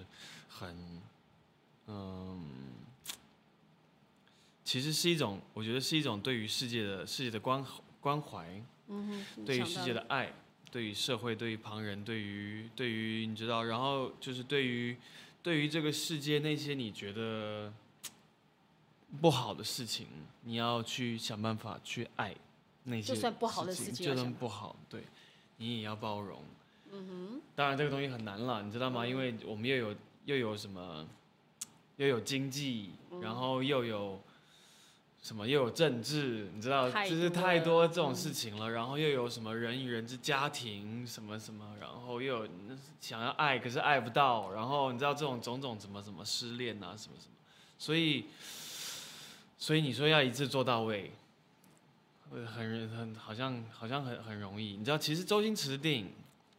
B: 很，嗯，其实是一种，我觉得是一种对于世界的世界的关关怀，
A: 嗯哼，
B: 对于
A: 想
B: 世
A: 到
B: 界
A: 了
B: 的爱，对于社会，对于旁人，对于对于你知道，然后就是对于对于这个世界那些你觉得不好的事情，你要去想办法去爱那些
A: 就算不好的事情要想
B: 就算
A: 办
B: 不好，对你也要包容。嗯哼，当然这个东西很难了，你知道
A: 嗯
B: 吗？因为我们又有又有什么，又有经济，
A: 嗯
B: 然后又有。什么又有政治，你知道，
A: 太
B: 就是
A: 多
B: 太
A: 了嗯
B: 多这种事情了。然后又有什么人与人之家庭什么什么，然后又有那想要爱可是爱不到，然后你知道这种种种怎么怎么失恋啊什么什么，所以所以你说要一次做到位，呃很很好像好像很很容易。你知道，其实周星驰的电影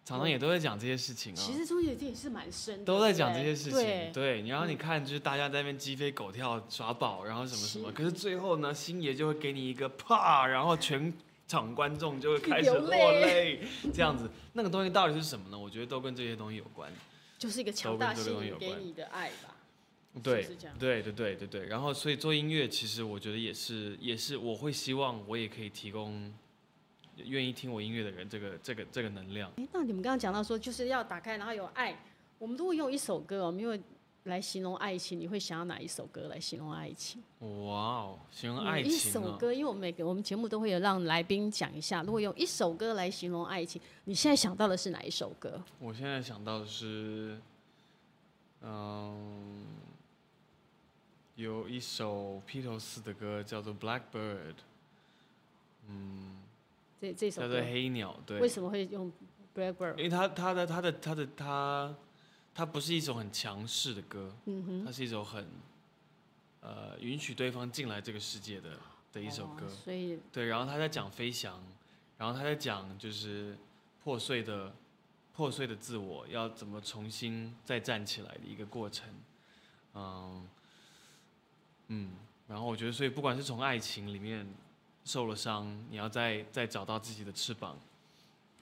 B: 常
A: 嗯
B: 常也都在讲这些事情啊。
A: 其实中间的电影是蛮深的，
B: 都在
A: 对不
B: 讲这
A: 对
B: 些事
A: 对嗯
B: 情，对，然后你看就是大家在那边鸡飞狗跳耍宝，然后什么什么，
A: 是
B: 可是最后呢，星爷就会给你一个啪，然后全场观众就会开始
A: 流
B: 落
A: 泪
B: 泪，这样子，那个东西到底是什么呢？我觉得都跟这些东西有关。
A: 就是一个强
B: 都跟
A: 大
B: 这个
A: 吸
B: 东西
A: 引
B: 有
A: 给
B: 关
A: 你的爱吧。是不
B: 对
A: 是这样，
B: 对，对，对，对，对。然后，所以做音乐，其实我觉得也是，也是我会希望我也可以提供愿意听我音乐的人这个这个这个能量。
A: 哎，那你们刚刚讲到说，就是要打开，然后有爱。我们如果用一首歌，我们用来形容爱情，你会想要哪一首歌来形容爱情？
B: 哇哦，形容爱
A: 有一
B: 情
A: 首
B: 啊！
A: 歌，因为我们每个我们节目都会有让来宾讲一下，如果用一首歌来形容爱情，你现在想到的是哪一首歌？
B: 我现在想到的是，嗯，有一首披头士的歌叫做《Blackbird》，
A: 这这首
B: 叫做《
A: 歌
B: 黑鸟》，对
A: 为，什么会用 Blackbird？
B: 因为它它的它的它的它，它不是一首很强势的歌，
A: 嗯哼，
B: 它是一首很，呃，允许对方进来这个世界的的一首
A: 哦
B: 歌，
A: 所以
B: 对，然后他在讲飞翔，然后他在讲就是破碎的破碎的自我要怎么重新再站起来的一个过程，嗯嗯，然后我觉得，所以不管是从爱情里面受了伤，你要再再找到自己的翅膀，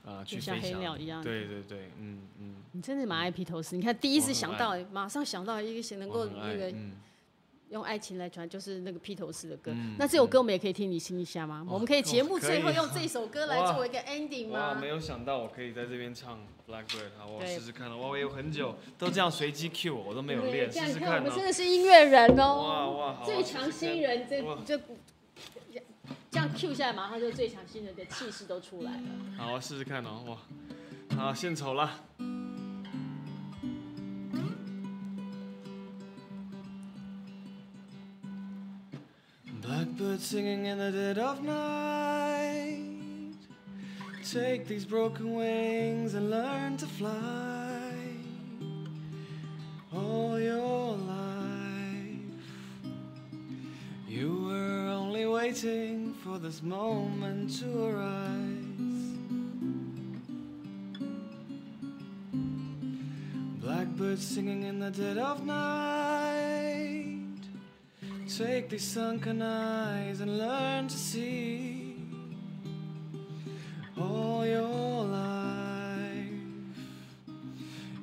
B: 啊、去
A: 就像
B: 飞
A: 黑
B: 翔
A: 鸟一样
B: 对对对，嗯嗯，
A: 你真的蛮爱披头士。你看，第一
B: 我
A: 次
B: 很
A: 想
B: 爱
A: 到，马上想到一个能
B: 我
A: 够
B: 很爱
A: 那个
B: 嗯
A: 用爱情来传，就是那个披头士的歌。
B: 嗯
A: 那这首歌我们也可以听你听一下吗？
B: 哦
A: 我们可以节目
B: 可以
A: 最后用这首歌来
B: 哇
A: 作为一个 ending
B: 哦哇，
A: 吗
B: 没？有想到我可以在这边唱 Blackbird，好，我
A: 对
B: 试试看了。哇，我有很久都这样随机 Q 我，我都没有
A: 对
B: 练，
A: 这
B: 试
A: 样
B: 试
A: 看，我
B: 看
A: 们
B: 呢
A: 真。的是音乐人
B: 哇
A: 哦，
B: 哇，好啊
A: 最强新。人这
B: 哇
A: 这这样 Q 下来，马上就最强新人的气势都出来了。
B: 试试看好，我试试看哦，哇，好，献丑了。Blackbird singing in the dead of night. Take these broken wings and learn to fly all your life. You were only waiting for this moment to arise. Blackbird singing in the dead of night. Take these sunken eyes and learn to see all your life.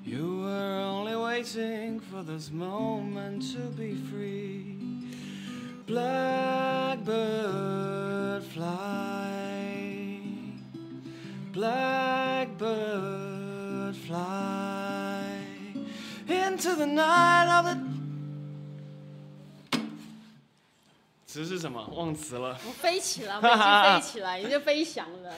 B: You were only waiting for this moment to be free. Blackbird fly, blackbird fly into the night of the. 词是什么？忘词了。
A: 我飞起来，我已经飞起来，已经飞翔了。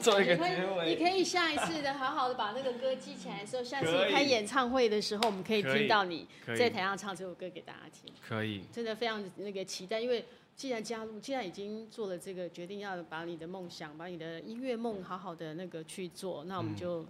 B: 做一个
A: 你
B: 结
A: 可以，你
B: 尾。
A: 可以下一次的好好的把那个歌记起来的时候，下次
B: 可
A: 你
B: 以
A: 开演唱会的时候，我们可以
B: 可以
A: 听到你
B: 可以
A: 在台上唱这首歌给大家听。
B: 可以，
A: 真的非常那个期待，因为既然加入，既然已经做了这个决定，要把你的梦想，把你的音乐梦好好的那个去做，那我们就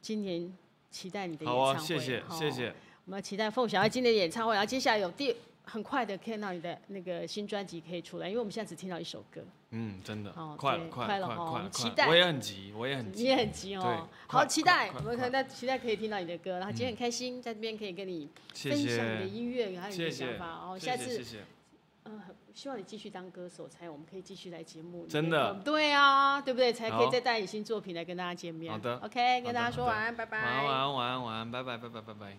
A: 今年期待你的演
B: 嗯好
A: 唱会。
B: 啊，谢谢，
A: 好
B: 谢谢，
A: 我们要期待凤小爱今年的演唱会，然后接下来有第很快的看到你的那个新专辑可以出来，因为我们现在只听到一首歌，
B: 嗯，真的
A: 好，
B: 快
A: 对
B: 了，快
A: 快
B: 了，
A: 了
B: 快
A: 哦
B: 了，快
A: 我
B: 了，
A: 们期
B: 快了
A: 待
B: 我也很急，我也很
A: 你
B: 急
A: 也。很急
B: 嗯对
A: 哦。
B: 快
A: 好，期待
B: 快，
A: 我
B: 快
A: 们
B: 快
A: 可
B: 嗯
A: 能期待可以听到你的歌，然后今天很开心，在这边可以跟你
B: 谢
A: 分享你的
B: 谢，
A: 音乐，还有你
B: 谢
A: 的
B: 谢
A: 想，法哦。
B: 谢
A: 下
B: 谢
A: 次
B: 谢谢，
A: 嗯，希望你继续当歌手，才我们可以继续来节目里面。
B: 真的
A: 对啊，对不对？才可以
B: 好
A: 再带你新作品来跟大家见面。
B: 好的
A: ，OK，
B: 好的
A: 跟大家说
B: 好的
A: 晚安，拜拜。
B: 晚安晚安晚安晚安，拜拜拜拜拜拜。